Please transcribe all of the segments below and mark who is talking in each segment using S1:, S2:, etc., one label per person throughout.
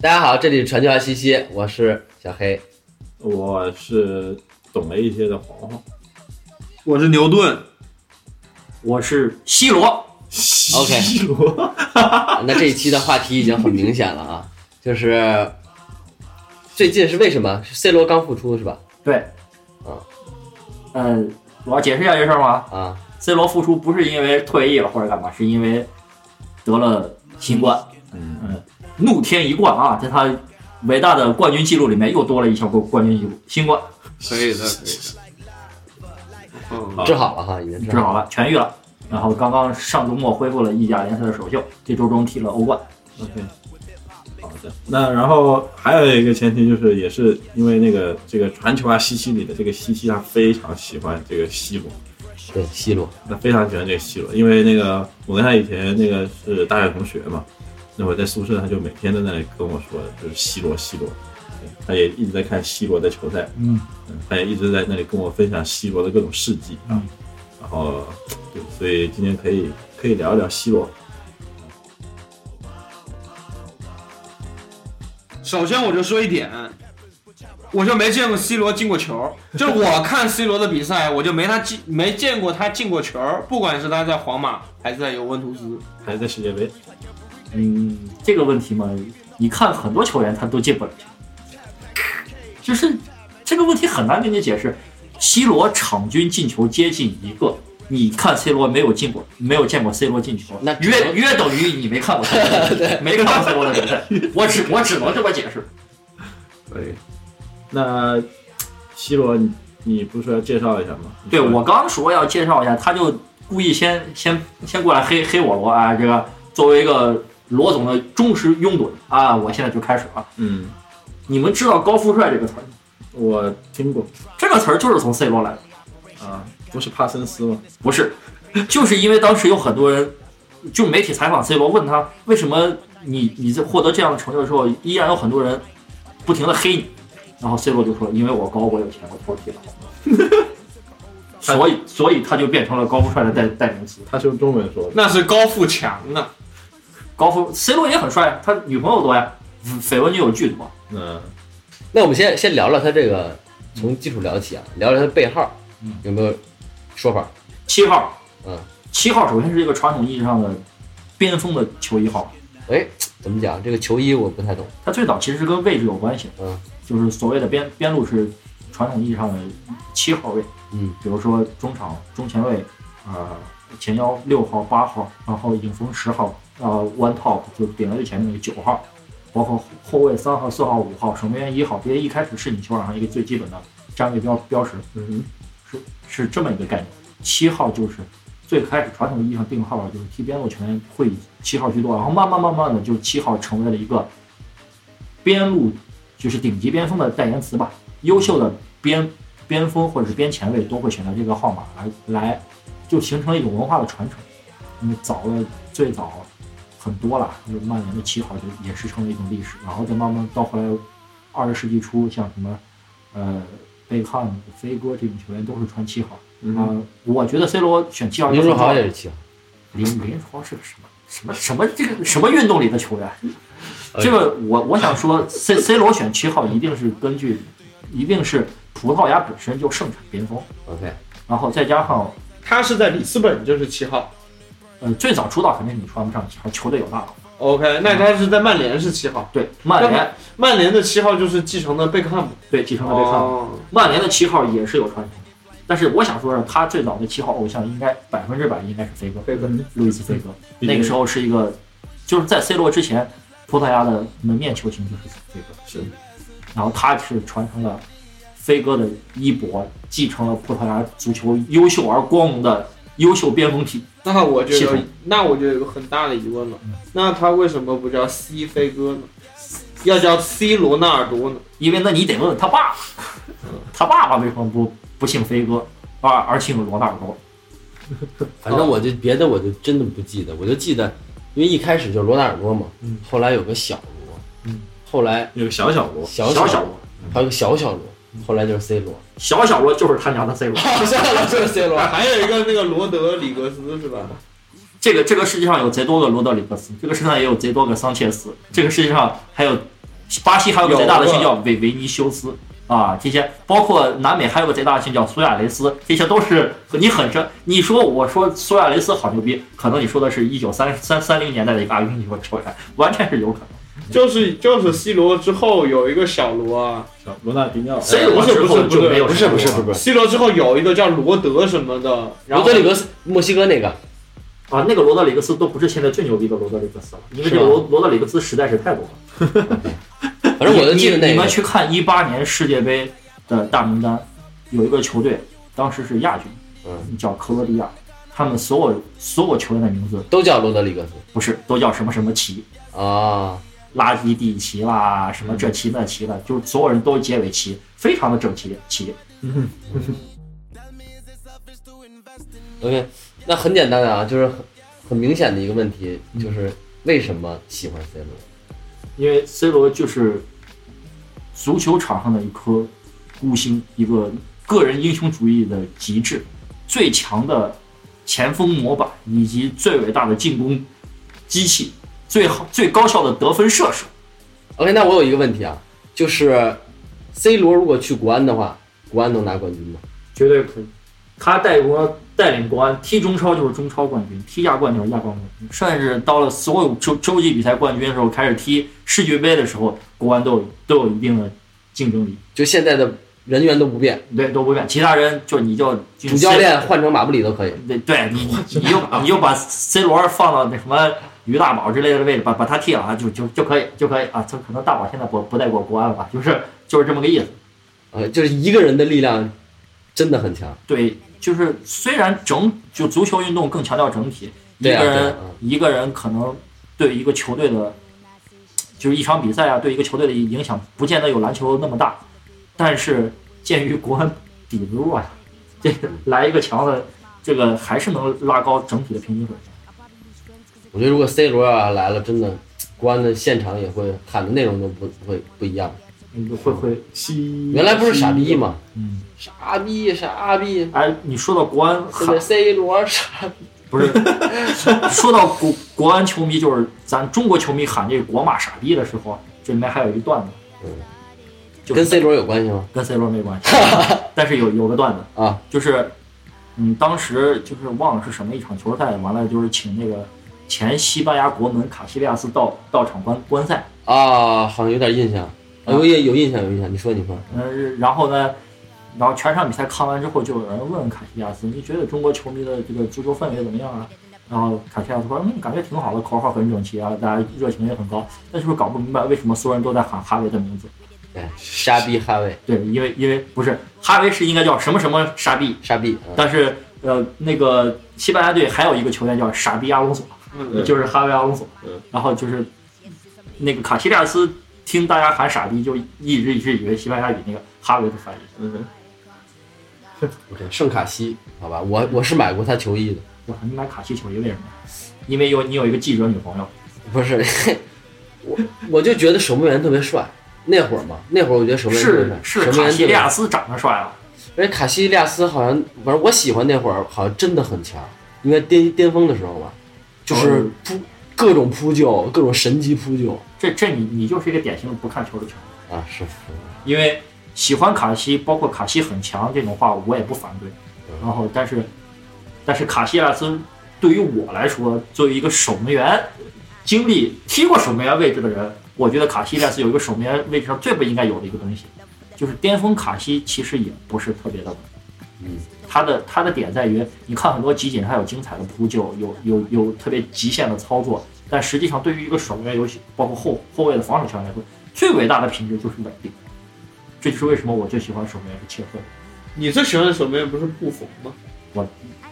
S1: 大家好，这里是传球爱西西，我是小黑。
S2: 我是懂了一些的黄黄。
S3: 我是牛顿，
S4: 我是 C 罗，
S1: OK
S2: 西罗
S1: 那这一期的话题已经很明显了啊， 就是最近是为什么是 C 罗刚复出是吧？
S4: 对，
S1: 啊，
S4: 嗯，我要解释一下这事儿吗
S1: 啊，
S4: ？C 罗复出不是因为退役了或者干嘛，是因为得了新冠，
S2: 嗯，
S4: 怒添一冠啊，在他伟大的冠军记录里面又多了一项冠冠军记录，新冠
S3: 可以的，可以的。嗯，
S2: 啊
S1: 治好了哈，已经治
S4: 治
S1: 好了。
S4: 好了，痊愈了。然后刚刚上周末恢复了意甲联赛的首秀，这周中踢了欧冠。
S2: OK，好的。那然后还有一个前提就是，也是因为那个这个传球啊，西西里的这个西西，他非常喜欢这个西罗，
S1: 对，C 罗，
S2: 他非常喜欢这个西罗，因为那个我跟他以前那个是大学同学嘛，那会儿在宿舍他就每天在那里跟我说，就是西罗西罗，对他也一直在看西罗的球赛，
S4: 嗯
S2: 嗯，他也一直在那里跟我分享西罗的各种事迹啊，然后对，所以今天可以可以聊一聊西罗，
S3: 首先我就说一点，我就没见过 C 罗进过 球，就是我看 C 罗的比赛，我就没他进，没见过他进过球，不管是他在皇马还是在尤文图斯，
S2: 还是在世界杯。
S4: 嗯，这个问题嘛，你看很多球员他都进不了球，就是这个问题很难给你解释。C 罗场均进球接近一个，你看 C 罗没有进过，没有见过 C 罗进球，
S1: 那只
S4: 约
S1: 能
S4: 约等于你没 看过 C 罗的比赛，没看过 C 罗的比赛，我只我只能这么解释。
S3: 哎
S2: 对，那 C 罗，你你不是说要介绍一下吗？
S4: 对我刚说要介绍一下，他就故意先先先过来黑黑我罗啊，这个作为一个罗总的忠实拥趸啊，我现在就开始了。
S2: 嗯，
S4: 你们知道高富帅这个词儿吗？
S2: 我听过
S4: 这个词儿就是从 C 罗来的，
S2: 啊，不是帕森斯吗？
S4: 不是，就是因为当时有很多人，就媒体采访 C 罗，问他为什么你你在获得这样的成就之后，依然有很多人不停的黑你，然后 C 罗就说，因为我高，我有钱，我头皮了。所以，所以他就变成了高富帅的代代名词。
S2: 他是用中文说的。
S3: 那是高富强啊，
S4: 高富 C 罗也很帅，他女朋友多呀，绯闻女友巨多。
S2: 嗯，
S1: 那我们先先聊聊他这个，从基础聊起啊，聊聊他背号
S4: 嗯，
S1: 有没有说法？
S4: 七号，
S1: 嗯，
S4: 七号首先是一个传统意义上的边锋的球衣号，
S1: 哎，怎么讲？这个球衣我不太懂。
S4: 它最早其实是跟位置有关系的，
S1: 嗯，
S4: 就是所谓的边边路是传统意义上的七号位，
S1: 嗯，
S4: 比如说中场、中前卫，呃，前腰六号、八号，然后影锋十号，呃，one top 就顶在最前面那个九号，包括后卫三号、四号、五号，守门员一号，这些一开始是你球场上一个最基本的站位标标识，
S2: 嗯
S4: 是是这么一个概念。七号就是最开始传统意义上定号就是踢边路球员会以七号居多，然后慢慢慢慢的就七号成为了一个边路就是顶级边锋的代言词吧，优秀的边边锋或者是边前卫都会选择这个号码来来，就形成了一种文化的传承。因为早了最早很多了，就是曼联的七号就也是成为一种历史，然后再慢慢到后来二十世纪初，像什么呃贝克汉姆、飞哥这种球员都是穿七号。啊、
S2: 嗯，我
S4: 我觉得 C 罗选七号
S1: 林
S4: 就是
S1: 书豪也是七号，
S4: 林林书豪是个什么什么什么这个什么运动里的球员？这个我我想说，C C 罗选七号一定是根据，一定是葡萄牙本身就盛产边锋，
S1: OK，
S4: 然后再加上
S3: 他是在里斯本就是七号
S4: 呃最早出道肯定你穿不上七号，球队有大佬。
S3: ，OK，那他是在曼联是七号，
S4: 对，曼联
S3: 曼联的七号就是继承的贝克汉姆，
S4: 对继承了贝克汉姆，
S3: 哦，
S4: 曼联的七号也是有传承的，但是我想说的是，他最早的七号偶像应该百分之百应该是飞哥，嗯
S3: 贝克汉姆，
S4: 路易斯飞哥。那个时
S2: 候
S4: 候是一个，就是在 C 罗之前，葡萄牙的门面球星就是飞哥，
S2: 是
S4: 然后他是传承了飞哥的衣钵，继承了葡萄牙足球优秀而光荣的优秀边锋体。
S3: 那我就
S4: 系
S3: 有
S4: 统
S3: 那我就有个很大的疑问了
S4: 嗯，
S3: 那他为什么不叫 C 飞哥呢？要叫 C 罗纳尔多呢？
S4: 因为那你得问问他爸，他爸爸为什么不不姓飞哥，而而姓罗纳尔多？
S1: 反正我就别的我就真的不记得，我就记得，因为一开始就是罗纳尔多嘛，
S3: 嗯
S1: 后来有个小罗，
S3: 嗯
S1: 后来
S2: 有个小小罗，
S1: 小小嗯
S4: 小小
S1: 罗，
S4: 罗，
S1: 还有个小小罗，后来就是 C 罗，
S4: 小小罗就是他娘的 C 罗。
S1: 好像就是 C 罗
S3: 啊，还有一个那个罗德里格斯是吧？
S4: 这个这个世界上有贼多个罗德里格斯，这个世界上也有贼多个桑切斯，这个世界上还有巴西还有个贼大的
S3: 有个
S4: 新叫维维尼修斯啊，这些包括南美还有个贼大的新叫苏亚雷斯，这些都是你很深。你说我说苏亚雷斯好牛逼，可能你说的是一九三三三零年代的一个阿根廷球球员，完全是有可能。
S3: 就是就是 C 罗之后有一个小罗啊
S2: 小罗纳尔迪尼奥，
S3: 所以
S4: 我
S3: 不是不是
S4: 就没有
S1: 不是不是不是，
S3: ，C 罗之后有一个叫罗德什么的，然
S1: 罗
S3: 后
S1: 德里格斯墨西哥那个，
S4: 啊，那个罗德里格斯都不是现在最牛逼的罗德里格斯了，因为这
S1: 是
S4: 个
S1: 吗
S4: 罗罗德里格斯实在是太多了。
S1: 反正我就记得
S4: 你你
S1: 那
S4: 你
S1: 个
S4: 们去看一八年世界杯的大名单，有一个球队当时是亚军，
S1: 嗯，
S4: 叫克罗地亚，他们所有所有球员的名字
S1: 都叫罗德里格斯
S4: 不是都叫什么什么旗，
S1: 啊，
S4: 拉基蒂奇啦，什么
S1: 嗯
S4: 这旗那旗的，就是所有人都结尾旗，非常的整齐旗。
S1: OK，那很简单啊，就是很很明显的一个问题，就是为什么喜欢 C 罗？
S4: 因为 C 罗就是足球场上的一颗孤星，一个个人英雄主义的极致，最强的前锋模板，以及最伟大的进攻机器，最好最高效的得分射手。
S1: OK，那我有一个问题啊，就是 C 罗如果去国安的话，国安能拿冠军吗？
S4: 绝对可以。他带国带领国安踢中超就是中超冠军，踢亚冠就是亚冠冠军，甚至到了所有洲洲际比赛冠军的时候，开始踢世俱杯的时候，国安都有都有一定的竞争力。
S1: 就现在的人员都不变，
S4: 对，都不变，其他人就你就
S1: 主教，练换成马布里都可以。
S4: 对对，你你就你就把 C 罗放到那什么于大宝之类的位置，把把他替了啊，就就就可以就可以啊，就可能大宝现在不不带过国安了吧，就是就是这么个意思。
S1: 呃，就是一个人的力量真的很强。
S4: 对，就是虽然整就足球运动更强调整体，一
S1: 对啊
S4: 个
S1: 对
S4: 人
S1: 啊嗯
S4: 一个人可能对一个球队的，就是一场比赛啊，对一个球队的影响不见得有篮球那么大，但是鉴于国安底子弱呀，这个来一个强的，这个还是能拉高整体的平均水平。
S1: 我觉得如果 C 罗要来了，真的国安的现场也会喊的内容都不不会不一样。
S4: 嗯会会，
S2: 西
S1: 原来不是傻逼？吗？
S4: 嗯，
S1: 傻逼傻逼，
S4: 哎，你说到国安
S1: 这个
S4: 喊
S1: C 罗傻逼。
S4: 不是， 说到国国安球迷，就是咱中国球迷喊这个国骂傻逼的时候，这里面还有一段子，
S1: 嗯
S4: 就是
S1: 跟 C 罗有关系吗？
S4: 跟 C 罗没关系，但是有有个段子
S1: 啊，
S4: 就是，嗯，当时就是忘了是什么一场球赛，完了就是请那个前西班牙国门卡西利亚斯到到场观观赛，
S1: 啊，好像有点印象，啊、有印有印象有印象。你说你说，
S4: 嗯，然后呢，然后全场比赛看完之后，就有人问卡西利亚斯，你觉得中国球迷的这个足球氛围怎么样啊？然后卡西利亚斯说，嗯，感觉挺好的，口号很整齐啊，大家热情也很高，但是不是搞不明白为什么所有人都在喊哈维的名字？
S1: 哎，傻逼哈维，
S4: 对，因为因为不是哈维是应该叫什么什么傻逼，
S1: 傻逼，啊、
S4: 但是呃，那个西班牙队还有一个球员叫傻逼阿隆索，呃
S3: 嗯
S4: 就是哈维阿隆索
S2: 嗯。
S4: 然后就是那个卡西利亚斯听大家喊傻逼，就一直一直以为西班牙语那个哈维的翻译。
S2: 嗯，
S1: OK，圣卡西，好吧，我我是买过他球衣的，
S4: 我说你买卡西球衣为什么？因为有你有一个记者女朋友，
S1: 不是， 我我就觉得守门员特别帅。那会儿嘛，那会儿我觉得守门员特别
S4: 是
S1: 帅，
S4: 是
S1: 守门
S4: 卡
S1: 员特
S4: 西
S1: 别
S4: 利亚
S1: 帅。
S4: 斯长得帅啊，
S1: 而且卡西利亚斯好像，反正我喜欢那会儿好像真的很强，应该巅巅峰的时候吧，就是
S4: 嗯
S1: 扑各种扑救，各种神级扑救
S4: 这这你你就是一个典型的不看球的球迷，
S1: 啊，是是
S4: 因为喜欢卡西，包括卡西很强这种话我也不反对。然后但是但是卡西利亚斯对于我来说，作为一个守门员，经历踢过守门员位置的人，我觉得卡西利亚斯有一个守门员位置上最不应该有的一个东西，就是巅峰卡西其实也不是特别的稳。
S1: 嗯，
S4: 他的他的点在于，你看很多集锦，他有精彩的扑救，有有有特别极限的操作，但实际上对于一个守门员，尤其包括后后卫的防守球员来说，最伟大的品质就是稳定。这就是为什么我最喜欢守门员是切赫。
S3: 你最喜欢的守门员不是布冯吗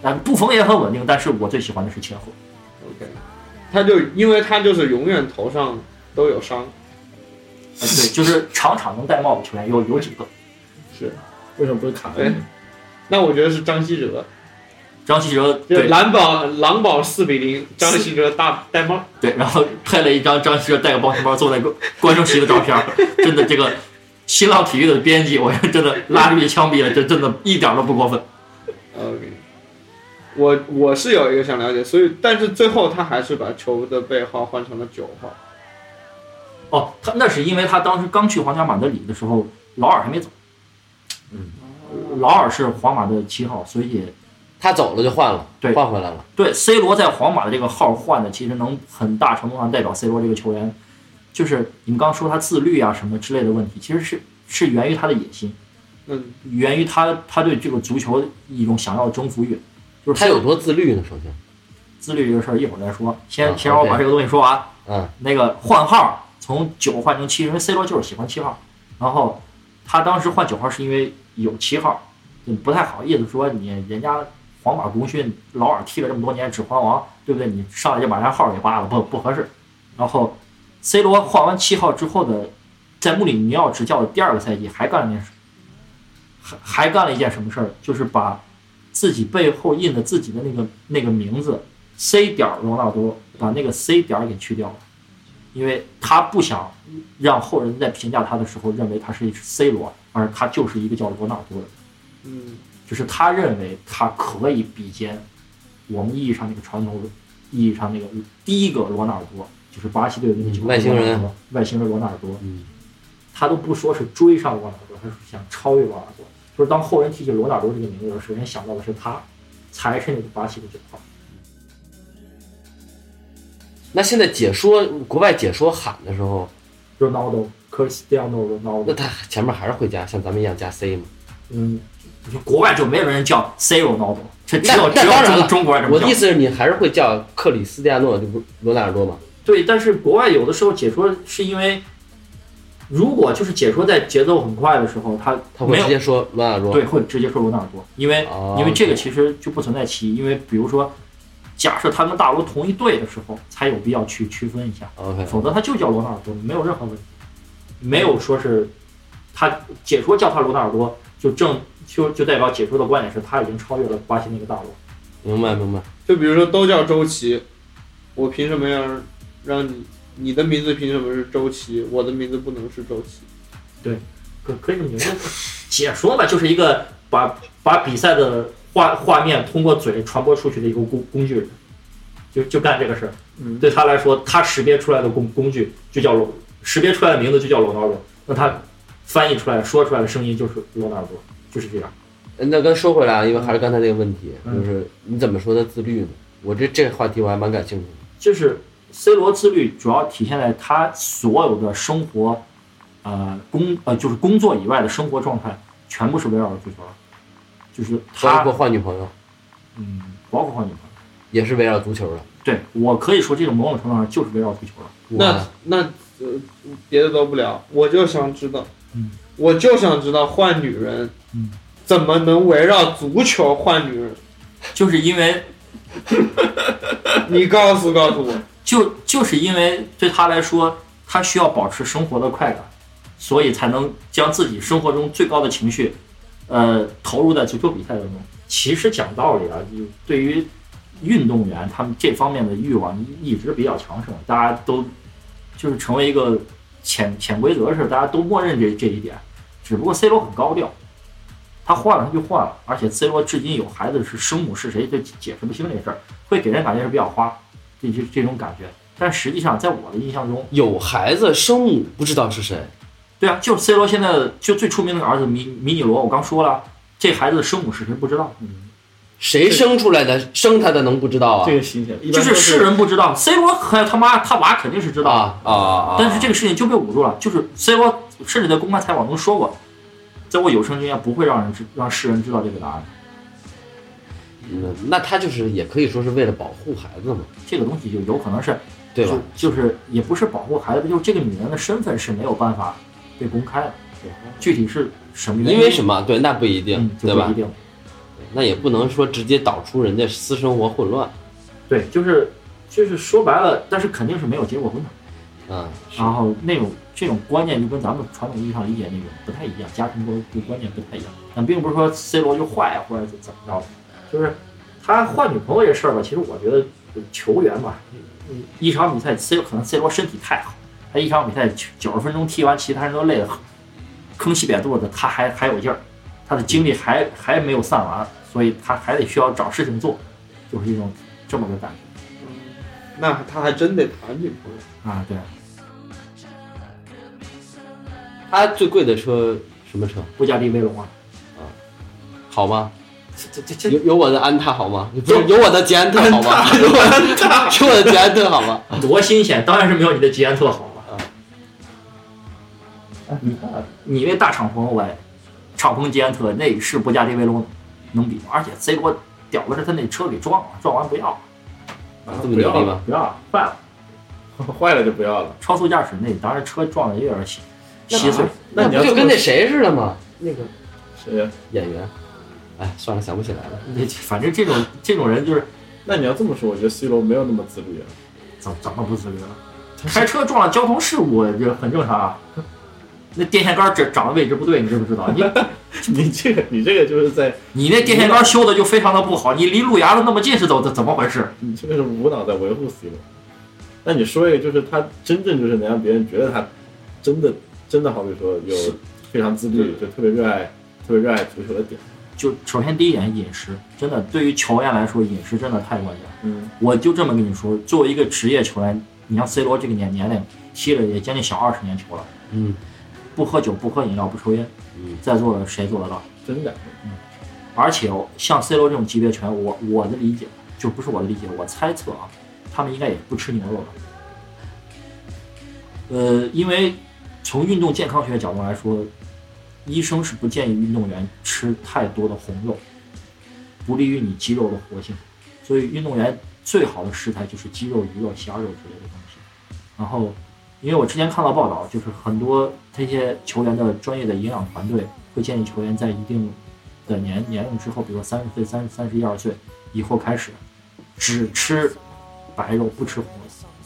S4: 但布冯也很稳定，但是我最喜欢的是切赫。
S3: ？OK，他就因为他就是永远头上都有伤，
S4: 呃对，就是场场能戴帽的球员有有几个？
S2: 为什么不是卡
S3: 哎
S2: 恩？
S3: 那我觉得是张稀哲，
S4: 张稀哲
S3: 就
S4: 对
S3: 蓝宝狼堡四比零，张稀哲大戴帽。
S4: 对，然后配了一张张稀哲带个包钱包坐在观观众席的照片儿，真的这个新浪体育的编辑，我真的拉出去枪毙了，这真的一点儿都不过分。
S3: OK，我我是有一个想了解，所以但是最后他还是把球的背号换成了九号。
S4: 哦，他那是因为他当时刚去皇家马德里的时候，劳尔还没走。
S2: 嗯，
S4: 劳尔是皇马的七号，所以
S1: 他走了就换了，
S4: 对
S1: 换回来了。
S4: 对 C 罗在皇马的这个号换的，其实能很大程度上代表 C 罗这个球员，就是你们刚说他自律啊什么之类的问题，其实是是源于他的野心，
S3: 嗯，
S4: 源于他他对这个足球的一种想要的征服欲，就是
S1: 他
S4: C
S1: 有
S4: 罗
S1: 多自律呢？首先，
S4: 自律这个事儿一会儿再说，
S1: 啊
S4: 先先让我
S1: OK
S4: 把这个东西说完。
S1: 嗯，
S4: 那个换号从九换成七，因为 C 罗就是喜欢七号，然后他当时换九号是因为有七号，就不太好意思说你人家皇马功勋劳尔踢了这么多年指环王，对不对？你上来就把人家号给扒了，不不合适。然后 C 罗换完七号之后的，在穆里尼奥执教的第二个赛季还干了件事，还还干了一件什么事儿，就是把自己背后印的自己的那个那个名字 C 点儿罗纳多，把那个 C 点儿给去掉了。因为他不想让后人在评价他的时候认为他是一只 C 罗，而他就是一个叫罗纳尔多的人，
S3: 嗯，
S4: 就是他认为他可以比肩我们意义上那个传统意义上那个第一个罗纳尔多，就是巴西队的那个球员
S1: 嗯外星人
S4: 罗纳尔多，外星人罗纳尔多，
S1: 嗯，
S4: 他都不说是追上罗纳尔多，他是想超越罗纳尔多，就是当后人提起罗纳尔多这个名字的时候，首先想到的是他才是那个巴西的九号。
S1: 那现在解说国外解说喊的时候，
S4: Ronaldo, Cristiano
S1: 那
S4: Ronaldo，
S1: 他前面还是会加像咱们一样加 C 吗？
S4: 嗯，就国外就没有人叫 C Ronaldo，这只
S1: 那
S4: 有
S1: 那
S4: 只有
S1: 当然
S4: 中
S1: 了
S4: 中国人这么
S1: 我的
S4: 叫
S1: 意。思是你还是会叫克里斯蒂亚诺，就不罗纳尔多嘛？
S4: 对，但是国外有的时候解说是因为，如果就是解说在节奏很快的时候，他
S1: 他会
S4: 没有
S1: 直接说罗纳尔多。
S4: 对会直接说罗纳尔多，因为、
S1: 哦
S4: 因为这个其实就不存在歧义，因为比如说，假设他跟大罗同一队的时候，才有必要去区分一下，
S1: ，OK，
S4: 否则他就叫罗纳尔多，没有任何问题，没有说是他解说叫他罗纳尔多，就正就就代表解说的观点是他已经超越了巴西那个大罗。
S1: 明白明白。
S3: 就比如说都叫周琦，我凭什么要让让你你的名字凭什么是周琦，我的名字不能是周琦？
S4: 可可以这么解释，解说嘛，就是一个把把比赛的画画面通过嘴传播出去的一个工工具人，就就干这个事儿。
S3: 嗯，
S4: 对他来说，他识别出来的工工具就叫罗，识别出来的名字就叫罗纳尔多，那他翻译出来说出来的声音就是罗纳尔多，就是这样。
S1: 那刚说回来啊，因为还是刚才那个问题，
S4: 嗯
S1: 就是你怎么说他自律呢？我这这个话题我还蛮感兴趣的。
S4: 就是 C 罗自律主要体现在他所有的生活，呃工呃就是工作以外的生活状态，全部是围绕着足球的，就是
S1: 包
S4: 他
S1: 括换女朋友
S4: 嗯包括换女朋友。
S1: 也是围绕足球的。
S4: 对我可以说，这种某种程度上就是围绕足球了。
S3: 那
S1: 哇
S3: 那呃，别的都不聊，我就想知道，
S4: 嗯
S3: 我就想知道换女人，
S4: 嗯
S3: 怎么能围绕足球换女人？
S4: 就是因为
S3: 你告诉告诉我，
S4: 就就是因为对他来说，他需要保持生活的快感，所以才能将自己生活中最高的情绪，呃，投入在足球比赛当中。其实讲道理啊，就对于运动员，他们这方面的欲望一一直比较强盛，大家都就是成为一个潜潜规则似的，大家都默认这这一点。只不过 C 罗很高调，他换了他就换了，而且 C 罗至今有孩子是生母是谁，这解释不清这事儿，会给人感觉是比较花。这这这种感觉。但实际上，在我的印象中，
S1: 有孩子生母不知道是谁，
S4: 对啊，就是 C 罗现在就最出名的儿子米米尼罗，我刚说了，这孩子的生母是谁不知道，
S1: 谁生出来的生他的能不知道啊
S2: 嗯这？个新鲜，一
S4: 就
S2: 般都
S4: 是世人不知道，C 罗和他妈他娃肯定是知道，
S1: 啊啊啊！
S4: 但是这个事情就被捂住了。就是 C 罗甚至在公开采访中说过，在我有生之年不会让人知让世人知道这个答案。
S1: 嗯那他就是也可以说是为了保护孩子嘛，
S4: 这个东西就有可能是，
S1: 对吧？
S4: 就就是也不是保护孩子，就是这个女人的身份是没有办法被公开的，对具体是什么原
S1: 因为什么？对，那不一定
S4: 嗯，，就
S1: 对
S4: 不
S1: 吧
S4: 一？定。
S1: 那也不能说直接导出人家私生活混乱
S4: 对，就是就是说白了，但是肯定是没有结过婚的。
S1: 啊。是
S4: 然后那种这种观念就跟咱们传统意义上理解那个不太一样，家庭观观念不太一样。但并不是说 C 罗就坏啊或者怎么着，就是他换女朋友这事儿吧，其实我觉得球员嘛，嗯一场比赛 C 可能 C 罗身体太好，他一场比赛九十分钟踢完，其他人都累得坑西瘪肚子，他还还有劲儿，他的精力还还没有散完，所以他还得需要找事情做，就是一种这么个感觉。
S3: 那他还真得谈女朋友。
S4: 啊，对。
S1: 他最贵的车什么车？
S4: 布加迪威龙啊，
S1: 好吗？这这这有有我的安踏好吗？不是有我的捷安特好吗？有我的 有我的捷安特好吗？
S4: 多新鲜！当然是没有你的捷安特好了。你你那大敞篷，我敞篷捷安特那是布加迪威龙能比吗？而且 C 罗屌的是他那车给撞了，撞完不要了，
S2: 啊
S1: 这么牛逼吗？
S2: 不要了，坏了， 坏了就不要了。
S4: 超速驾驶那当然车撞的有点稀
S1: 那
S4: 稀碎。
S2: 那你
S1: 不
S2: 要
S1: 就
S2: 这
S1: 跟
S2: 么
S1: 那谁似的吗？那个
S2: 谁呀？
S1: 演员，哎，算了，想不起来了。
S4: 那反正这种这种人就是
S2: 那你要这么说，我觉得 C 罗没有那么自律啊。
S4: 怎怎么不自律了？开车撞了交通事故这很正常啊。那电线杆长长的位置不对，你知不知道？你
S2: 你这个，你这个就是在，
S4: 你那电线杆修的就非常的不好，你离路牙子那么近是怎怎怎么回事？
S2: 你这个是无脑在维护 C 罗。那你说一个，就是他真正就是能让别人觉得他真的真的好比说有非常自律，就特别热爱特别热爱足球的点。
S4: 就首先第一点，饮食真的对于球员来说，饮食真的太关键了。
S2: 嗯，
S4: 我就这么跟你说，作为一个职业球员，你像 C 罗这个年年龄，踢了也将近小二十年球了，
S1: 嗯
S4: 不喝酒，不喝饮料，不抽烟，
S1: 嗯，
S4: 在座的谁做得到？
S2: 真的，
S4: 而且哦像 C 罗这种级别球员，我我的理解就不是我的理解，我猜测啊，他们应该也不吃牛肉吧？呃，因为从运动健康学角度来说，医生是不建议运动员吃太多的红肉，不利于你肌肉的活性。所以运动员最好的食材就是鸡肉、鱼肉、虾肉之类的东西。然后，因为我之前看到报道，就是很多这些球员的专业的营养团队会建议球员在一定的年年龄之后，比如说三十岁、三三十一二岁以后开始，只吃白肉，不吃红肉。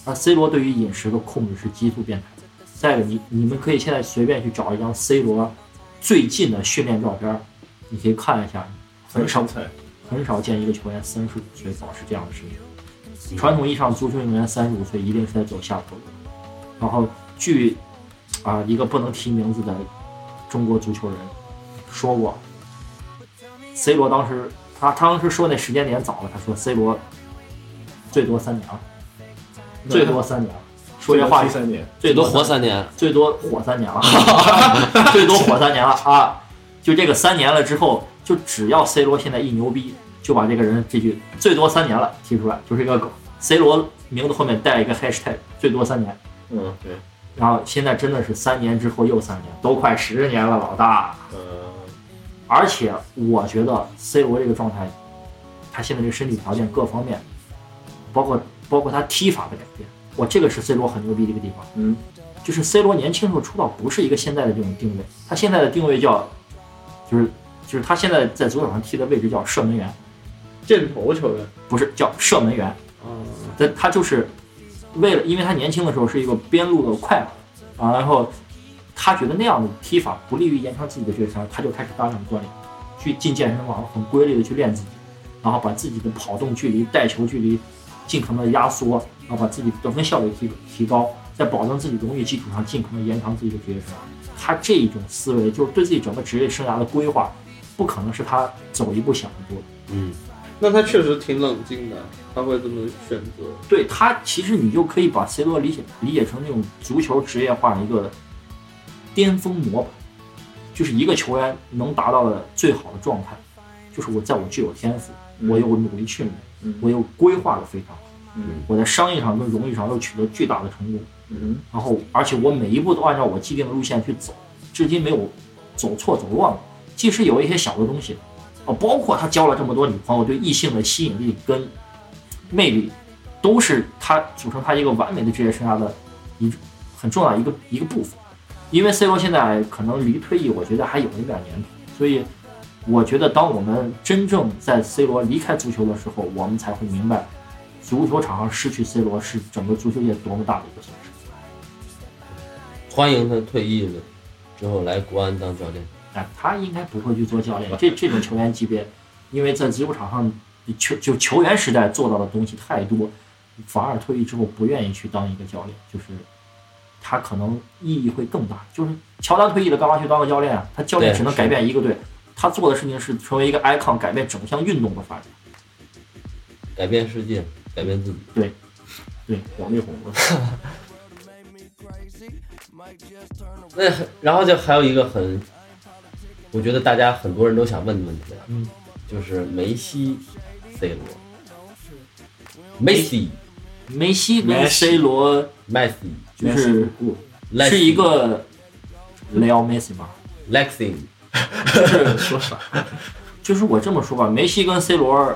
S4: 那 C 罗对于饮食的控制是极度变态的。再一个，你你们可以现在随便去找一张 C 罗最近的训练照片儿，你可以看一下，很少
S2: 伤菜。
S4: 很少见一个球员三十五岁保持这样的身体。传统意义上，足球运动员三十五岁一定是在走下坡路。然后，据啊、一个不能提名字的中国足球人说过，C 罗当时他他当时说那时间点早了，他说 C 罗最多三年啊，最多三年啊，说这话
S2: 第三年，
S4: 最
S1: 都
S4: 多
S1: 活三年，
S4: 最多火三年了，最多火三年了啊！就这个三年了之后，就只要 C 罗现在一牛逼，就把这个人这句“最多三年了”提出来，就是一个狗。C 罗名字后面带一个 hashtag，最多三年。
S2: 嗯，对，
S4: 然后现在真的是三年之后又三年，都快十年了，老大。
S2: 呃，
S4: 而且我觉得 C 罗这个状态，他现在这个身体条件各方面，包括包括他踢法的改变，我这个是 C 罗很牛逼的一个地方。
S2: 嗯，
S4: 就是 C 罗年轻时候出道不是一个现在的这种定位，他现在的定位叫，就是就是他现在在足球场上踢的位置叫射门员，
S3: 箭头球员，啊
S4: 不是叫射门员，他他就是为了，因为他年轻的时候是一个边路的快马啊，然后他觉得那样的踢法不利于延长自己的这个长，他就开始大量的锻炼，去进健身房，很规律的去练自己，然后把自己的跑动距离、带球距离尽可能的压缩，然后把自己得分效率提提高，在保证自己荣誉基础上，尽可能延长自己的职业生涯。他这一种思维就是对自己整个职业生涯的规划，不可能是他走一步想一步。
S1: 嗯，
S3: 那他确实挺冷静的，他会这么选择。
S4: 对他，其实你就可以把 C 罗理解理解成那种足球职业化的一个巅峰模板，就是一个球员能达到的最好的状态，就是我在我具有天赋，我有努力训练，
S2: 嗯
S4: 我有规划的非常好，
S2: 嗯
S4: 我在商业上跟荣誉上又取得巨大的成功，
S2: 嗯
S4: 然后而且我每一步都按照我既定的路线去走，至今没有走错走乱过。即使有一些小的东西，哦，包括他交了这么多女朋友，对异性的吸引力跟魅力，都是他组成他一个完美的职业生涯的一很重要的一个一个部分。因为 C 罗现在可能离退役，我觉得还有一点年头，所以我觉得当我们真正在 C 罗离开足球的时候，我们才会明白，足球场上失去 C 罗是整个足球界多么大的一个损失。
S1: 欢迎他退役了之后来国安当教练。
S4: 哎，他应该不会去做教练。这这种球员级别，因为在足球场上，球就球员时代做到的东西太多，反而退役之后不愿意去当一个教练，就是他可能意义会更大。就是乔丹退役了，干嘛去当个教练啊？他教练
S1: 对
S4: 只能
S1: 是
S4: 改变一个队，他做的事情是成为一个 icon，改变整项运动的发展。
S1: 改变世界，改变自己。
S4: 对，
S2: 嗯，王力宏，
S5: make me crazy. My
S1: 那很然后就还有一个很，我觉得大家很多人都想问的问题，啊
S4: 嗯，
S1: 就是梅西、C 罗、梅西、
S4: 梅西跟
S2: 梅西
S4: C 罗
S1: 梅西，
S4: 就是是一个 Leo Messi 吗？
S1: Lexing，
S2: 说啥？
S4: 就是我这么说吧，梅西跟 C 罗，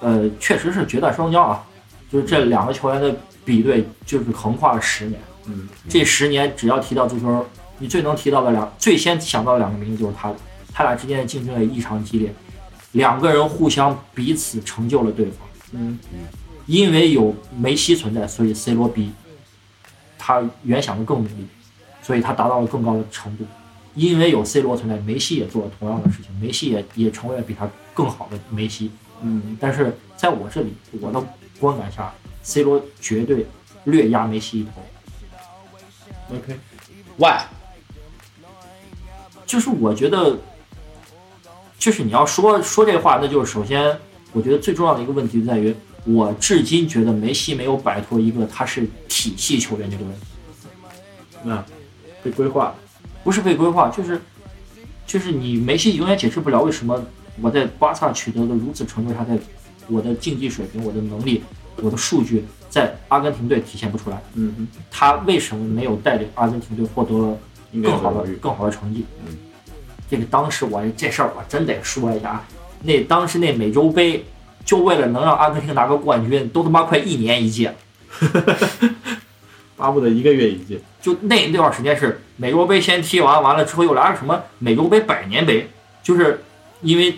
S4: 呃，确实是绝代双骄啊。就是这两个球员的比对，就是横跨了十年。
S2: 嗯，
S4: 这十年只要提到足球，你最能提到的两，最先想到的两个名字就是他俩。他俩之间的竞争也异常激烈，两个人互相彼此成就了对方。
S2: 嗯，
S4: 因为有梅西存在，所以 C 罗比他原想的更努力，所以他达到了更高的程度。因为有 C 罗存在，梅西也做了同样的事情，梅西也也成为了比他更好的梅西。
S2: 嗯，
S4: 但是在我这里，我的观感下，C 罗绝对略压梅西一头。
S2: 嗯 OK，
S1: Why？
S4: 就是我觉得，就是你要说说这话，那就是首先，我觉得最重要的一个问题就在于，我至今觉得梅西没有摆脱一个他是体系球员这个问题。啊
S2: 那被规划，
S4: 不是被规划，就是就是你梅西永远解释不了为什么我在巴萨取得了如此成就，他在我的竞技水平、我的能力、我的数据在阿根廷队体现不出来，
S2: 嗯哼，
S4: 他为什么没有带领阿根廷队获得了
S2: 应该
S4: 更好
S2: 考
S4: 的
S2: 虑。
S4: 更好的成绩？
S2: 嗯，
S4: 这个当时我这事儿我真得说一下啊，那当时那美洲杯就为了能让阿根廷拿个冠军，都他妈快一年一届了
S2: 巴不得一个月一届。
S4: 就那那段时间是美洲杯先踢完，完了之后又来个什么美洲杯百年杯，就是因为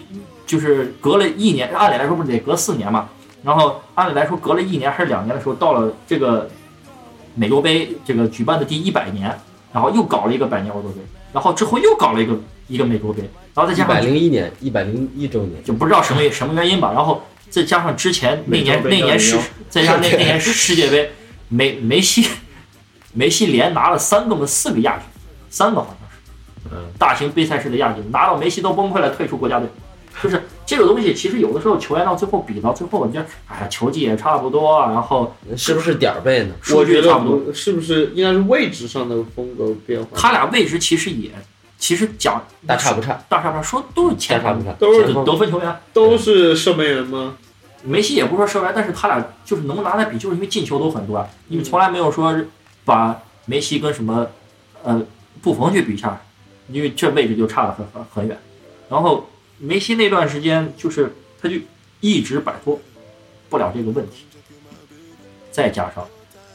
S4: 就是隔了一年，按理来说不是得隔四年嘛，然后按理来说隔了一年还是两年的时候，到了这个美洲杯这个举办的第一百年，然后又搞了一个百年欧洲杯，然后之后又搞了一个一个美洲杯，然后再
S1: 一
S4: 加
S1: 百
S4: 上
S1: 零一年，一百零一周年，
S4: 就不知道什么什么原因吧，然后再加上之前那
S2: 美
S4: 年
S2: 洲
S4: 那
S2: 杯
S4: 年世
S2: 2010，
S4: 再加上那那年世界杯，梅梅西梅西连拿了三个嘛四个亚军，三个好像是呃
S2: 嗯，
S4: 大型杯赛事的亚军，拿到梅西都崩溃了，退出国家队。就是这个东西，其实有的时候球员到最后比到最后，你就哎呀，球技也差不多，啊然后
S1: 是不是点儿背呢？
S4: 数据也差不多。
S3: 是不是应该是位置上的风格变化？
S4: 他俩位置其实也，其实讲
S1: 大差不差，
S4: 大差不差，说都是
S1: 大
S4: 前
S1: 差
S4: 场
S1: 不差，
S3: 都是
S1: 前锋
S4: 得分球员。
S3: 都是射门员吗？
S4: 梅西也不说射歪，但是他俩就是能拿来比，就是因为进球都很多啊。你们从来没有说把梅西跟什么呃布冯去比一下，因为这位置就差得很很很远。然后梅西那段时间就是他就一直摆脱不了这个问题，再加上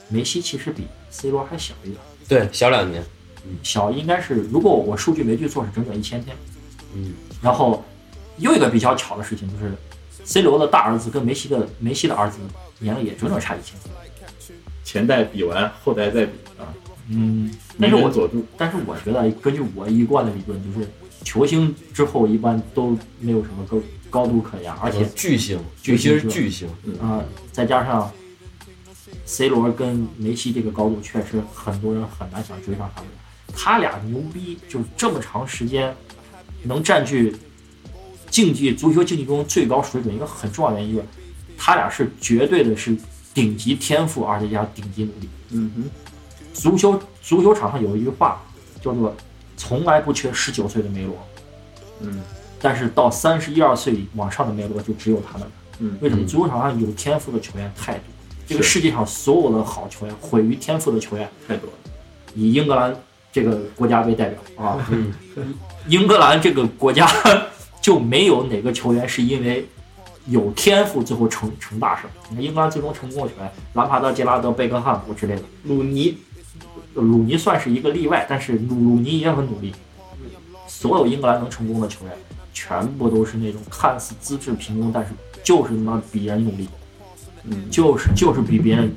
S4: 梅西其实比 C 罗还小一点，
S1: 对小两年，
S4: 小应该是如果我数据没记错是整整一千天。
S1: 嗯，
S4: 然后又一个比较巧的事情就是，C 罗的大儿子跟梅西的梅西的儿子年龄也整整差一千岁。
S2: 前代比完，后代再比啊。
S4: 嗯，但是
S2: 名
S4: 我
S2: 人佐助，
S4: 但是我觉得根据我一贯的理论，就是球星之后一般都没有什么高高度可言，而且
S1: 巨星，
S4: 巨
S1: 尤
S4: 星
S1: 其
S4: 是
S1: 是
S4: 吧
S1: 巨星，
S4: 啊、再加上 C 罗跟梅西这个高度，确实很多人很难想追上他们。他俩牛逼，就是这么长时间能占据竞技足球竞技中最高水准，一个很重要的原因就是他俩是绝对的是顶级天赋，而且加上顶级努力。
S2: 嗯哼，
S4: 足球足球场上有一句话叫做“从来不缺十九岁的梅罗”，
S2: 嗯，
S4: 但是到三十一二岁往上的梅罗就只有他们了。
S2: 嗯
S4: 为什么
S1: 嗯
S4: 足球场上有天赋的球员太多？这个
S2: 是
S4: 世界上所有的好球员，毁于天赋的球员，
S2: 太多了。
S4: 以英格兰这个国家为代表啊，
S1: 嗯，
S4: 英格兰这个国家就没有哪个球员是因为有天赋最后成成大事。你看英格兰最终成功的球员，兰帕德、杰拉德、贝克汉姆之类的，
S3: 鲁尼
S4: 鲁尼算是一个例外，但是鲁鲁尼也很努力。所有英格兰能成功的球员，全部都是那种看似资质平庸，但是就是他妈比人努力，
S2: 嗯，
S4: 就是就是比别人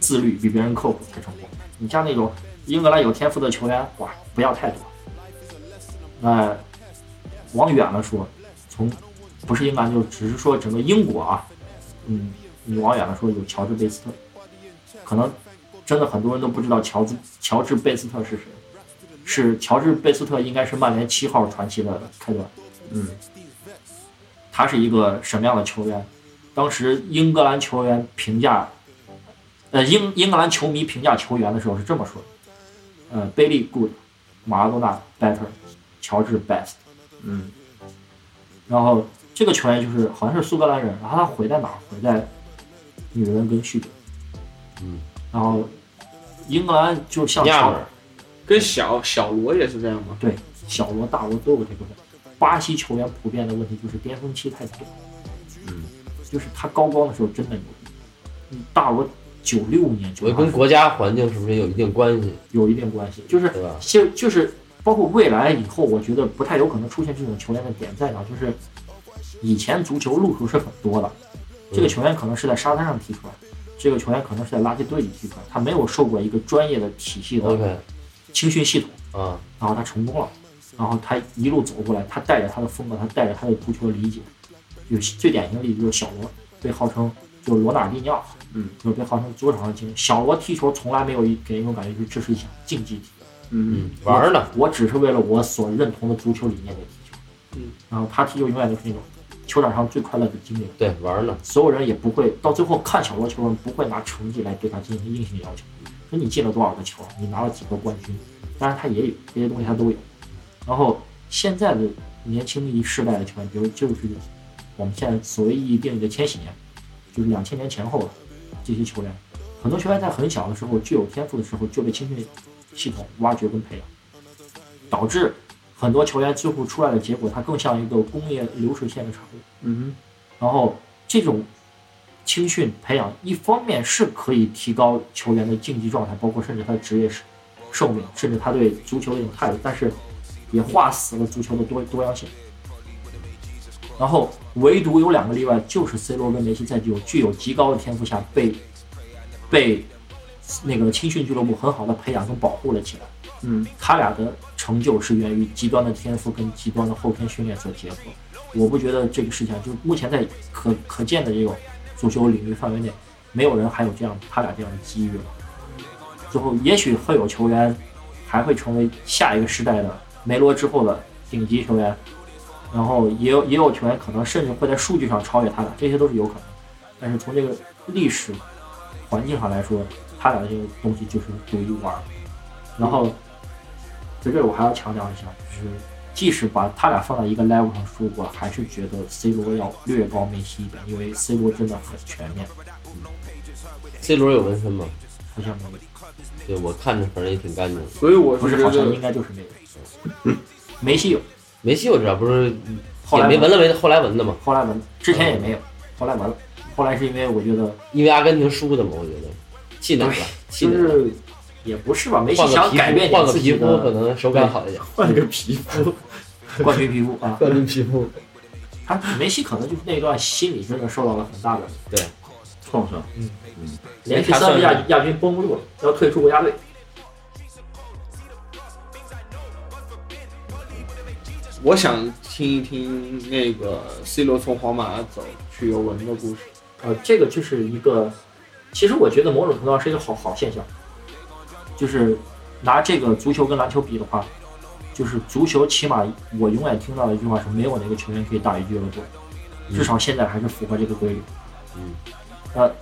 S4: 自律，比别人刻苦才成功。你像那种英格兰有天赋的球员，哇，不要太多。那往远了说，从不是英格兰，就只是说整个英国啊，嗯，你往远了说有乔治贝斯特，可能真的很多人都不知道乔治乔治贝斯特是谁。是乔治贝斯特应该是曼联七号传奇的开端。
S2: 嗯，
S4: 他是一个什么样的球员？当时英格兰球员评价，呃，英英格兰球迷评价球员的时候是这么说的：呃，贝利 good，马拉多纳 better，乔治 best。
S2: 嗯，
S4: 然后这个球员就是好像是苏格兰人，然后他毁在哪儿？毁在女人跟酗酒。
S1: 嗯，
S4: 然后英格兰就像
S2: 亚
S4: 乔
S2: 美尔
S3: 跟小小罗也是这样吗？
S4: 对小罗、大罗都有这个问题。巴西球员普遍的问题就是巅峰期太短，
S2: 嗯，
S4: 就是他高光的时候真的牛逼。嗯大罗九六年
S1: 我
S4: 就
S1: 跟国家环境是不是也有一定关系，
S4: 有一定关系，就是
S1: 对吧？
S4: 就就是包括未来以后，我觉得不太有可能出现这种球员的点在哪，就是以前足球路数是很多的，这
S1: 嗯
S4: 个球员可能是在沙滩上踢出来，这个球员可能是在垃圾堆里踢出来，他没有受过一个专业的体系的
S1: OK
S4: 青训系统，
S1: 啊，
S4: 然后他成功了，然后他一路走过来，他带着他的风格，他带着他的足球理解，有最典型的例子就是小罗被号称就是罗纳尔迪尼奥，
S2: 嗯，
S4: 就是被号称足球场上精英，小罗踢球从来没有一给人一种感觉就是这是一项竞技体育。
S1: 嗯，玩儿呢，
S4: 我只是为了我所认同的足球理念在踢球。
S3: 嗯，
S4: 然后他踢球永远都是那种球场上最快乐的经历，
S1: 对，玩儿呢，
S4: 所有人也不会到最后看小罗球人不会拿成绩来对他进行硬性要求，说你进了多少个球，你拿了几个冠军，当然他也有这些东西他都有。然后现在的年轻一世代的球员，比如就是我们现在所谓意义定义的千禧年，就是两千年前后的这些球员，很多球员在很小的时候具有天赋的时候就被青训系统挖掘跟培养，导致很多球员最后出来的结果，它更像一个工业流水线的产 物。
S2: 嗯
S4: 然后这种青训培养，一方面是可以提高球员的竞技状态，包括甚至他的职业寿命，甚至他对足球的一种态度，但是也画死了足球的多多样性。然后唯独有两个例外，就是 C 罗跟梅西在具有具有极高的天赋下被被那个青训俱乐部很好的培养跟保护了起来。
S2: 嗯
S4: 他俩的成就是源于极端的天赋跟极端的后天训练所结合。我不觉得这个事情啊，就是目前在可可见的这种足球领域范围内，没有人还有这样他俩这样的机遇了。最后，也许会有球员还会成为下一个时代的梅罗之后的顶级球员，然后也有也有球员可能甚至会在数据上超越他俩，这些都是有可能。但是从这个历史环境上来说，他俩的这个东西就是独一无二的。然后在这里我还要强调一下，就是即使把他俩放在一个 level 上说，我还是觉得 C 罗要略高梅西一点，因为 C 罗真的很全面，
S1: ，C 罗有纹身吗？
S4: 好像没有
S1: 对我看着反正也挺干净的。
S3: 所以我
S4: 不
S3: 是
S4: 是
S3: 觉
S4: 好像应
S3: 得，
S4: 该就是没有。梅西有，
S1: 梅西我知道，不是
S4: 后
S1: 也
S4: 来
S1: 没嗯
S4: 没
S1: 纹了纹，后来纹的嘛，
S4: 后来纹，之前也没有，后来纹了，后来是因为我觉得
S1: 因为阿根廷输的嘛，我觉得气馁了，气
S4: 就
S1: 馁了。
S4: 是也不是吧，梅西
S1: 换个
S4: 想
S1: 皮
S4: 改
S1: 肤，
S4: 变
S1: 换
S4: 你
S1: 个
S4: 自
S1: 皮
S4: 己
S1: 肤可
S4: 的
S1: 能手感好一点。
S2: 换了个皮肤，
S4: 冠军皮肤啊，
S1: 冠军皮肤，
S4: 他梅西可能就是那段心理真的受到了很大的
S2: 创伤。
S4: 连续三个亚亚军绷不住了，要退出国家队。
S3: 我想听一听那个 C 罗从皇马走去尤文的故事。
S4: 呃，这个就是一个，其实我觉得某种程度上是一个好好现象，就是拿这个足球跟篮球比的话，就是足球起码我永远听到的一句话是没有哪个球员可以大于俱乐部，至少现在还是符合这个规律。
S1: 嗯，
S4: 呃，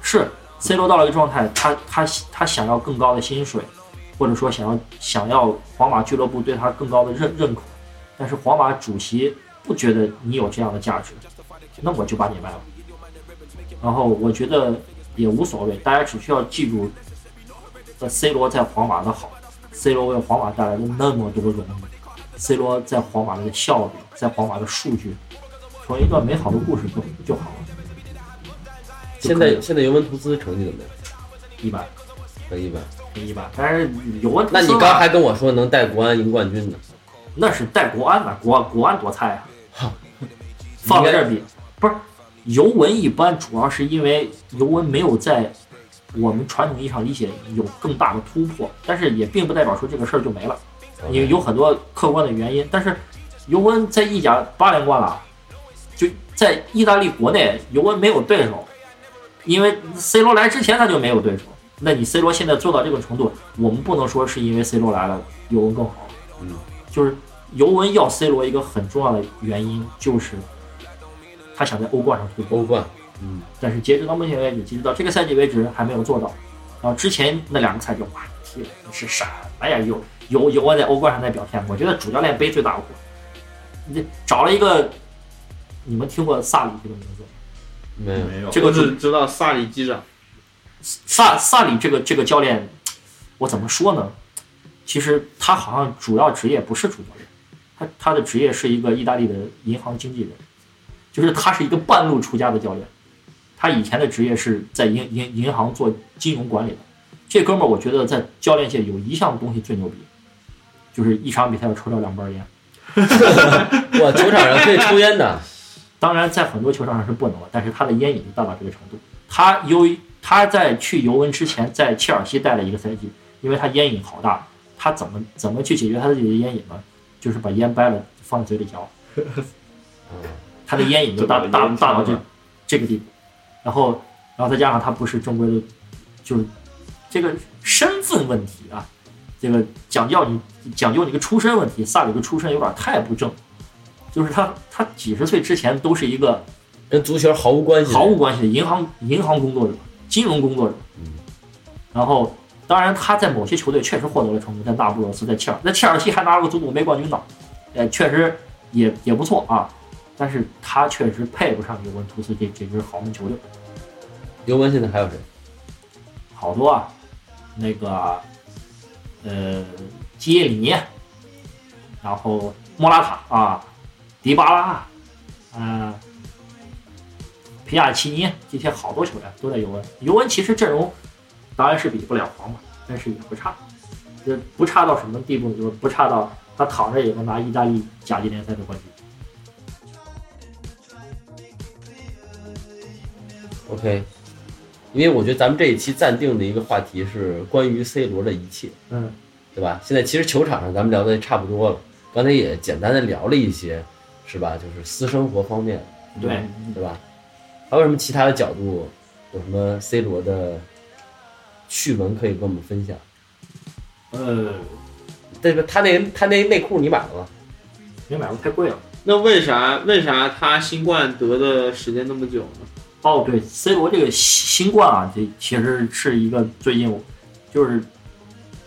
S4: 是 C 罗到了一个状态，他他他想要更高的薪水，或者说想要想要皇马俱乐部对他更高的认认可，但是皇马主席不觉得你有这样的价值，那我就把你卖了。然后我觉得也无所谓，大家只需要记住，呃，C 罗在皇马的好，C 罗为皇马带来了那么多荣誉，C 罗在皇马的效率，在皇马的数据，成为一段美好的故事就就好了。就
S1: 现
S4: 可以
S1: 在
S4: 了
S1: 现在尤文图斯成绩怎么样？
S4: 一般
S1: 很一般。
S4: 一般，但是尤文图斯
S1: 那
S4: 嘛
S1: 你刚才跟我说能带国安赢冠军呢？
S4: 那是带国安的，国国安多菜啊！放在这儿比，不是尤文一般，主要是因为尤文没有在我们传统意义上理解有更大的突破，但是也并不代表说这个事儿就没了，因为有很多客观的原因。但是尤文在意甲八连冠了啊，就在意大利国内，尤文没有对手，因为 C 罗来之前他就没有对手。那你 C 罗现在做到这个程度，我们不能说是因为 C 罗来了，尤文更好。
S1: 嗯，
S4: 就是尤文要 C 罗一个很重要的原因就是他想在欧冠上突破，
S1: 欧冠
S4: 但是截止到目前为止，截止到这个赛季为止还没有做到。然后之前那两个赛季，哇，西是什么呀？有有有我在欧冠上在表现，我觉得主教练杯最大的火。你找了一个，你们听过萨里这个名字吗？
S1: 没有，
S2: 没有，
S4: 这个
S3: 我只知道萨里机长，
S4: 萨萨里这个这个教练，我怎么说呢？其实他好像主要职业不是主教练，他他的职业是一个意大利的银行经纪人，就是他是一个半路出家的教练。他以前的职业是在银银银行做金融管理的。这哥们儿，我觉得在教练界有一项东西最牛逼，就是一场比赛要抽掉两包烟。
S1: 我球场上可以抽烟的，
S4: 当然，在很多球场上是不能了，但是他的烟瘾已经到达这个程度。他由于他在去尤文之前，在切尔西待了一个赛季，因为他烟瘾好大，他怎么怎么去解决他自己的烟瘾呢？就是把烟掰了放在嘴里嚼，嗯
S1: 啊
S4: 他的烟瘾就大
S2: 就把
S4: 大
S2: 烟
S4: 大到
S2: 呛
S4: 这
S2: 了
S4: 这个地步，然后然后再加上他不是正规的，就是这个身份问题啊，这个讲究你讲究你个出身问题，萨里的出身有点太不正，就是他他几十岁之前都是一个
S1: 跟足球毫无关系。
S4: 毫无关系的银行银行工作者、金融工作者。
S1: 嗯
S4: 然后，当然他在某些球队确实获得了成功，在那不勒斯，在切尔在切尔西还拿了个足总杯冠军呢，呃，确实也也不错啊。但是他确实配不上尤文图斯这这支豪门球队，
S1: 尤文现在还有谁？
S4: 好多啊，那个呃基耶里尼，然后莫拉塔啊，迪巴拉，呃，皮亚奇尼这些好多球员都在尤文。尤文其实阵容当然是比不了皇马，但是也不差，这不差到什么地步呢？就是不差到他躺着也能拿意大利甲级联赛的冠军。
S1: OK，因为我觉得咱们这一期暂定的一个话题是关于 C 罗的一切，
S4: 嗯，
S1: 对吧？现在其实球场上咱们聊的差不多了，刚才也简单的聊了一些，是吧？就是私生活方面，
S4: 对，
S1: 对吧？还有什么其他的角度？有什么 C 罗的趣闻可以跟我们分享？
S4: 呃，
S1: 对吧？他那他那内裤你买了吗？
S4: 没买过太贵了。啊
S3: 那为啥为啥他新冠得的时间那么久呢？
S4: 哦，对，C 罗这个新新冠啊，这其实是一个最近我就是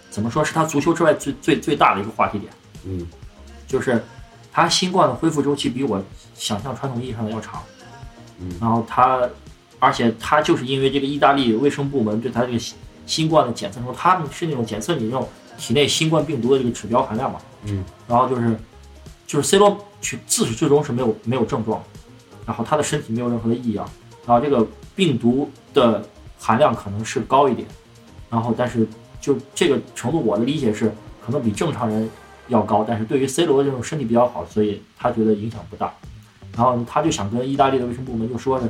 S4: 怎么说是他足球之外最最最大的一个话题点，
S1: 嗯，
S4: 就是他新冠的恢复周期比我想象传统意义上的要长。
S1: 嗯
S4: 然后他，而且他就是因为这个意大利卫生部门对他这个新新冠的检测时候，他们是那种检测你那种体内新冠病毒的这个指标含量嘛。
S1: 嗯。
S4: 然后就是就是 C 罗去自始至终是没有没有症状的，然后他的身体没有任何的异样，然后这个病毒的含量可能是高一点，然后但是就这个程度，我的理解是可能比正常人要高，但是对于 C 罗这种身体比较好，所以他觉得影响不大。然后他就想跟意大利的卫生部门就说是，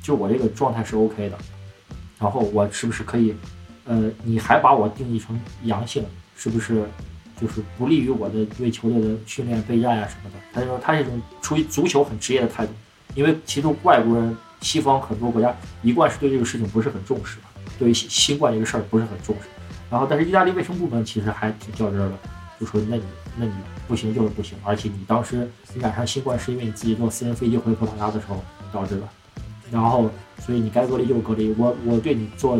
S4: 就我这个状态是 OK 的，然后我是不是可以，呃，你还把我定义成阳性，是不是就是不利于我的为球队的训练备战呀、啊什么的？他就说他这种出于足球很职业的态度，因为其实外国人西方很多国家一贯是对这个事情不是很重视的，对于新新冠这个事儿不是很重视。然后，但是意大利卫生部门其实还挺较真儿的，就说那你那你不行就是不行，而且你当时你染上新冠是因为你自己坐私人飞机回葡萄牙的时候导致的，然后所以你该隔离就是隔离。我我对你做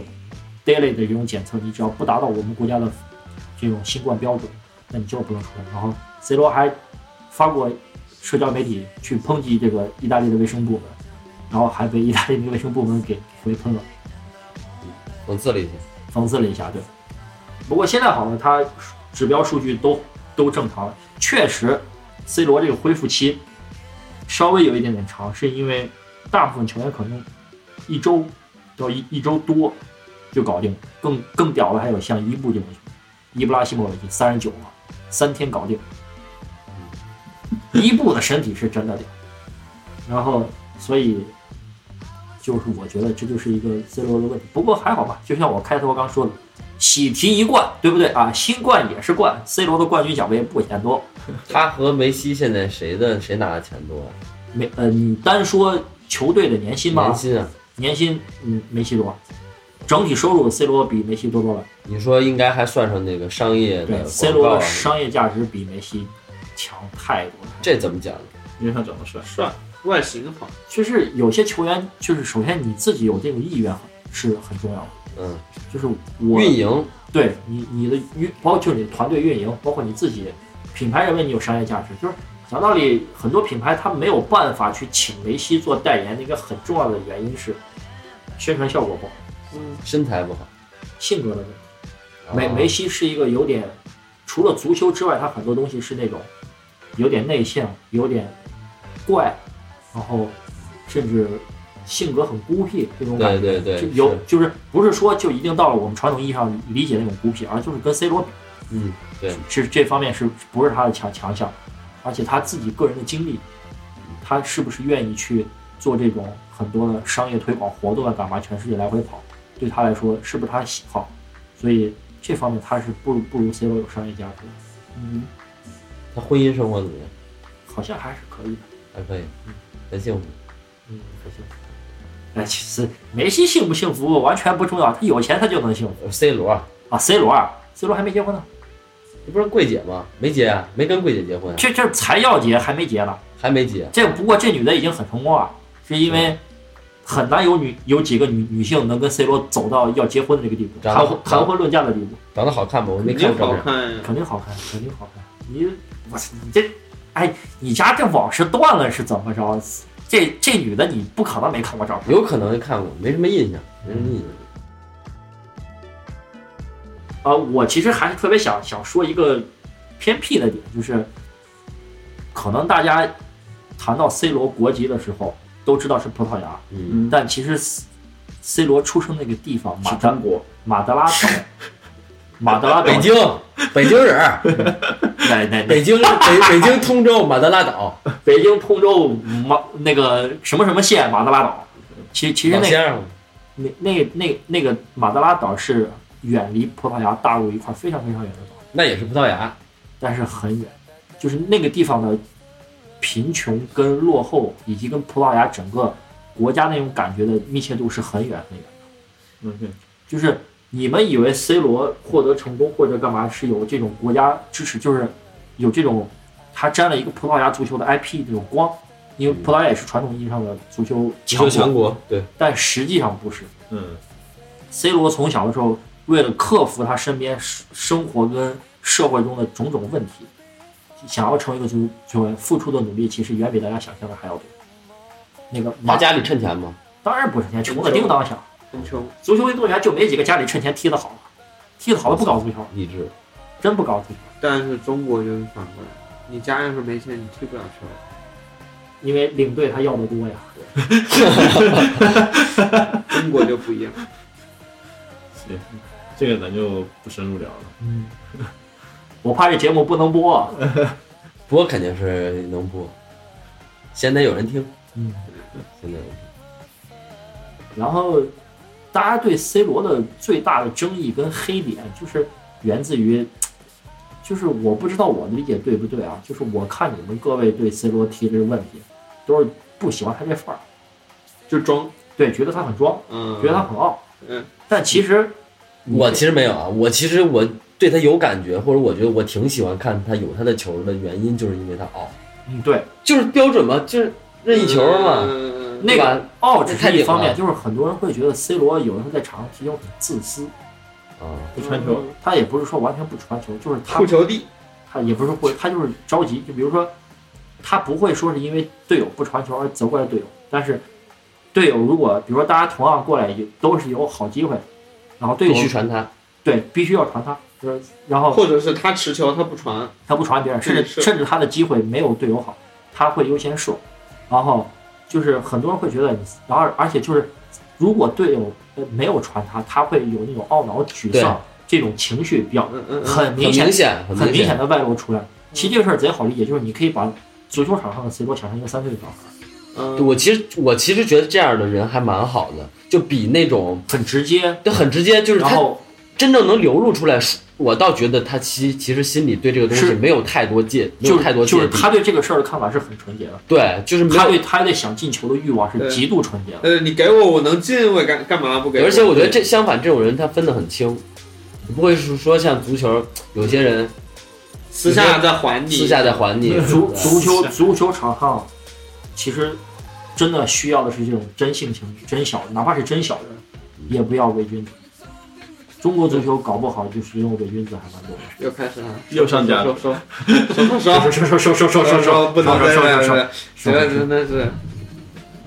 S4: daily 的这种检测，你只要不达到我们国家的这种新冠标准，那你就是不能出来。然后 C 罗还发过社交媒体去抨击这个意大利的卫生部门，然后还被意大利的卫生部门给回喷了。
S1: 讽刺了一下。
S4: 讽刺了一下，对。不过现在好像他指标数据都都正常了，确实，C 罗这个恢复期稍微有一点点长，是因为大部分球员可能一周到一一周多就搞定了，更更屌的还有像伊布这种球员，伊布拉希莫维奇三十九嘛，三天搞定。 伊布的身体是真的屌，然后所以就是我觉得这就是一个 C 罗的问题。不过还好吧，就像我开头刚说的，喜提一冠，对不对啊？新冠也是冠，C 罗的冠军奖杯不嫌多。
S1: 他和梅西现在谁的谁拿的钱多啊？
S4: 没呃，你单说球队的年薪吧，
S1: 年薪啊？
S4: 年薪嗯梅西多，整体收入 C 罗比梅西多多了。
S1: 你说应该还算上那个商业的
S4: 对，C
S1: 广告
S4: 罗
S1: 啊
S4: 的商业价值比梅西强太多了。
S1: 这怎么讲呢？
S2: 因为他长得帅。
S3: 帅，外形好，
S4: 就是有些球员，就是首先你自己有这种意愿，是很重要的。
S1: 嗯，
S4: 就是我
S1: 运营，
S4: 对你你的运，包括就是你的团队运营，包括你自己品牌认为你有商业价值，就是讲道理，很多品牌它没有办法去请梅西做代言的一个很重要的原因是宣传效果不好，
S1: 身材不好，啊
S4: 性格的问题。
S1: 哦
S4: 梅梅西是一个有点，除了足球之外，他很多东西是那种有点内向，有点怪，然后甚至性格很孤僻这种感
S1: 对
S4: 觉。
S1: 对对
S4: 就，有
S1: 是，
S4: 就是不是说就一定到了我们传统意义上理解那种孤僻，而就是跟 C 罗比
S1: 嗯，对，
S4: 是这方面是不是他的强强项，而且他自己个人的经历，他是不是愿意去做这种很多的商业推广活动啊，干嘛全世界来回跑，对他来说是不是他的喜好？所以这方面他是不如不如 C 罗有商业价值的。嗯，
S1: 他婚姻生活怎么样？
S4: 好像还是可以的。
S1: 还可以，很幸福。
S4: 嗯，很幸福。哎，其实梅西幸不幸福完全不重要，他有钱他就能幸福
S1: C 罗，
S4: 啊。C 罗啊，C 罗还没结婚呢，
S1: 这不是桂姐吗？没结啊，没跟桂姐结婚啊，
S4: 这这才要结还没结呢。
S1: 还啊没结。
S4: 这不过这女的已经很成功了，是因为很难有女有几个女女性能跟 C 罗走到要结婚的这个地步，
S1: 长
S4: 谈
S1: 得
S4: 婚谈婚论嫁的地步，
S1: 长得好看吗？我没
S3: 肯定
S1: 看照
S3: 好
S1: 片。
S3: 看呀。
S4: 肯定好看，肯定好看。你我操，你这哎，你家这网是断了是怎么着？这这女的你不可能没看过照片，
S1: 有可能看过，没什么印象，没什么印象。
S4: 呃，我其实还是特别想想说一个偏僻的点，就是可能大家谈到 C 罗国籍的时候都知道是葡萄牙，
S1: 嗯，
S4: 但其实 C- C 罗出生那个地方马
S2: 是
S4: 德
S2: 中国，
S4: 马德拉 岛，马德拉岛，
S1: 北京，北京人儿，
S4: 哪哪哪
S1: 北京北北京通州马德拉岛，
S4: 北京通州马那个什么什么县马德拉岛，其 其实
S1: 老
S4: 那
S1: 先生，
S4: 那那那那个马德拉岛是远离葡萄牙大陆一块非常非常远的岛，
S1: 那也是葡萄牙。
S4: 但是很远，就是那个地方的贫穷跟落后，以及跟葡萄牙整个国家那种感觉的密切度是很远很远。
S2: 嗯，
S4: 就是你们以为 C 罗获得成功或者干嘛是有这种国家支持，就是有这种他沾了一个葡萄牙足球的 IP 这种光，因为葡萄牙也是传统意义上的足球强
S1: 球
S4: 国，
S1: 强国，对，
S4: 但实际上不是。
S2: 嗯，
S4: C 罗从小的时候，为了克服他身边生生活跟社会中的种种问题，想要成为一个足球员，付出的努力其实远比大家想象的还要多。那个
S1: 他
S4: 马
S1: 家里趁钱吗？
S4: 当然不是，钱，穷的叮当响。
S3: 很穷，
S4: 足球运动员就没几个家里趁钱踢得好的，踢得好的不搞足球，
S1: 励 志，
S4: 真不搞足球，
S3: 但是中国就是反过来，你家要是没钱，你踢不了球。
S4: 因为领队他要的啊多呀。
S3: 中国就不一样，
S2: 行，这个咱就不深入聊了。
S4: 嗯，我怕这节目不能播。啊
S1: 播肯定是能播，先得有人听，
S4: 嗯，
S1: 现在有人
S4: 然后大家对 C 罗的最大的争议跟黑点，就是源自于，就是我不知道我的理解对不对啊，就是我看你们各位对 C 罗提这个问题，都是不喜欢他这范儿，
S3: 就装，
S4: 对，觉得他很装，
S3: 嗯，
S4: 觉得他很傲，
S3: 嗯，
S4: 但其实
S1: 听我其实没有啊，我其实我对他有感觉，或者我觉得我挺喜欢看他有他的球的原因，就是因为他傲，
S4: 嗯对，
S1: 就是标准嘛，就是任意球嘛，
S3: 嗯
S4: 那
S1: 对
S4: 个
S1: 吧
S4: 傲只
S1: 太
S4: 是
S1: 顶
S4: 一方面，
S1: 了
S4: 就是很多人会觉得 C 罗有的时候在场上踢球很自私，
S1: 啊，
S2: 不传球，
S4: 他也不是说完全不传球，就是他
S3: 护嗯球帝，
S4: 他也不是会，他就是着急。就比如说，他不会说是因为队友不传球而责怪队友，但是队友如果比如说大家同样过来，有都是有好机会，然后队
S1: 必
S4: 友
S1: 须传他，
S4: 对必须要传他，就是然后
S3: 或者是他持球他不传，
S4: 他不传别人，甚
S3: 嗯
S4: 至
S3: 是
S4: 甚至他的机会没有队友好，他会优先射。然后就是很多人会觉得你，然后而且就是如果队友呃没有传他，他会有那种懊恼、沮
S1: 对
S4: 丧这种情绪表
S3: 嗯嗯嗯，
S4: 很
S1: 很
S4: 明显
S1: 明显，很
S4: 很
S1: 明
S4: 明显，的外露出来。其实这个事儿贼好理解，就是你可以把足球场上的 C 罗想成一个三岁的小孩，
S3: 嗯，
S1: 我其实我其实觉得这样的人还蛮好的，就比那种
S4: 很直接，
S1: 就很直接，就是
S4: 然
S1: 他
S4: 后
S1: 真正能流露出来，我倒觉得他其其实心里对这个东西
S4: 是
S1: 没有太多芥，没
S4: 就
S1: 有
S4: 是
S1: 太多芥
S4: 就是
S1: 蒂。
S4: 他对这个事儿的看法是很纯洁的，
S1: 对，就是没
S4: 他
S1: 有。
S4: 对他对想进球的欲望是
S3: 对
S4: 极度纯洁的。
S3: 呃，你给我我能进，我干干嘛不给？
S1: 而且我觉得这相反，这种人他分得很清，不会是说像足球有些人
S3: 私下再还你，
S1: 私下在还你。
S4: 足
S1: 对
S4: 足球足球场上，其实真的需要的是这种真性情、真小，哪怕是真小人，也不要伪君子。中国足球搞不好就是用伪君子还蛮多的。
S3: 又开始了，
S2: 又上架
S3: 说说说说说
S4: 说说说说说
S3: 说说，不能
S4: 说
S3: 再
S4: 说说哎
S3: 说，这个真的是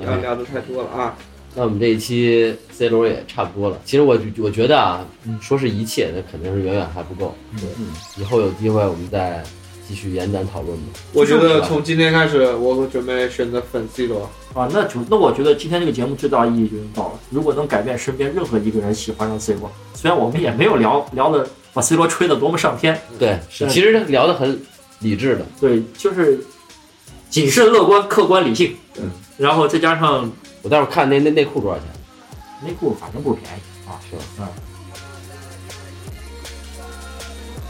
S3: 要聊的太多了啊！
S1: 那我们这一期 C 罗也差不多了。其实我我觉得啊
S4: 嗯，
S1: 说是一切，那肯定是远远还不够。对
S2: 嗯，
S1: 以后有机会我们再继续延展讨论吧。
S3: 我觉得从今天开始，我准备选择粉 C 罗。
S4: 啊，那就那我觉得今天这个节目最大意义就是到了，如果能改变身边任何一个人喜欢上 C 罗，虽然我们也没有聊聊的把 C 罗吹得多么上天，
S1: 对，
S4: 是
S1: 其实聊得很理智的，
S4: 对，就是谨慎、乐观、客观、理性，
S2: 嗯，
S4: 然后再加上
S1: 我待会儿看那那内裤多少钱。
S4: 内裤，反正不便宜啊，
S1: 是吧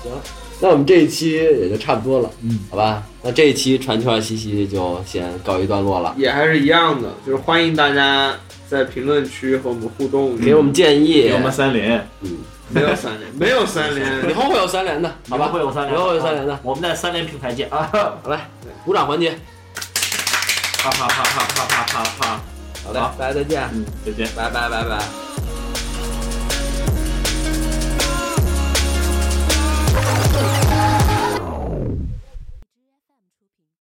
S4: 嗯，
S1: 那我们这一期也就差不多了，
S4: 嗯，
S1: 好吧？那这一期传圈儿西西就先告一段落了。
S4: 嗯
S3: 也还是一样的，就是欢迎大家在评论区和我们互动，
S1: 给我们建议，
S2: 给我们三连，
S3: 没有三连，没有三
S1: 以
S3: 连，
S1: 后会有三连的，好
S4: 以
S1: 吧
S4: 后？会有三连，
S1: 以后会有三连的
S4: 啊我们在三连平 台见 啊，
S1: 好嘞，鼓掌环节，
S2: 哈哈哈哈哈哈哈哈！
S1: 好嘞，大家再见，
S2: 嗯，再见。
S1: 拜拜拜拜。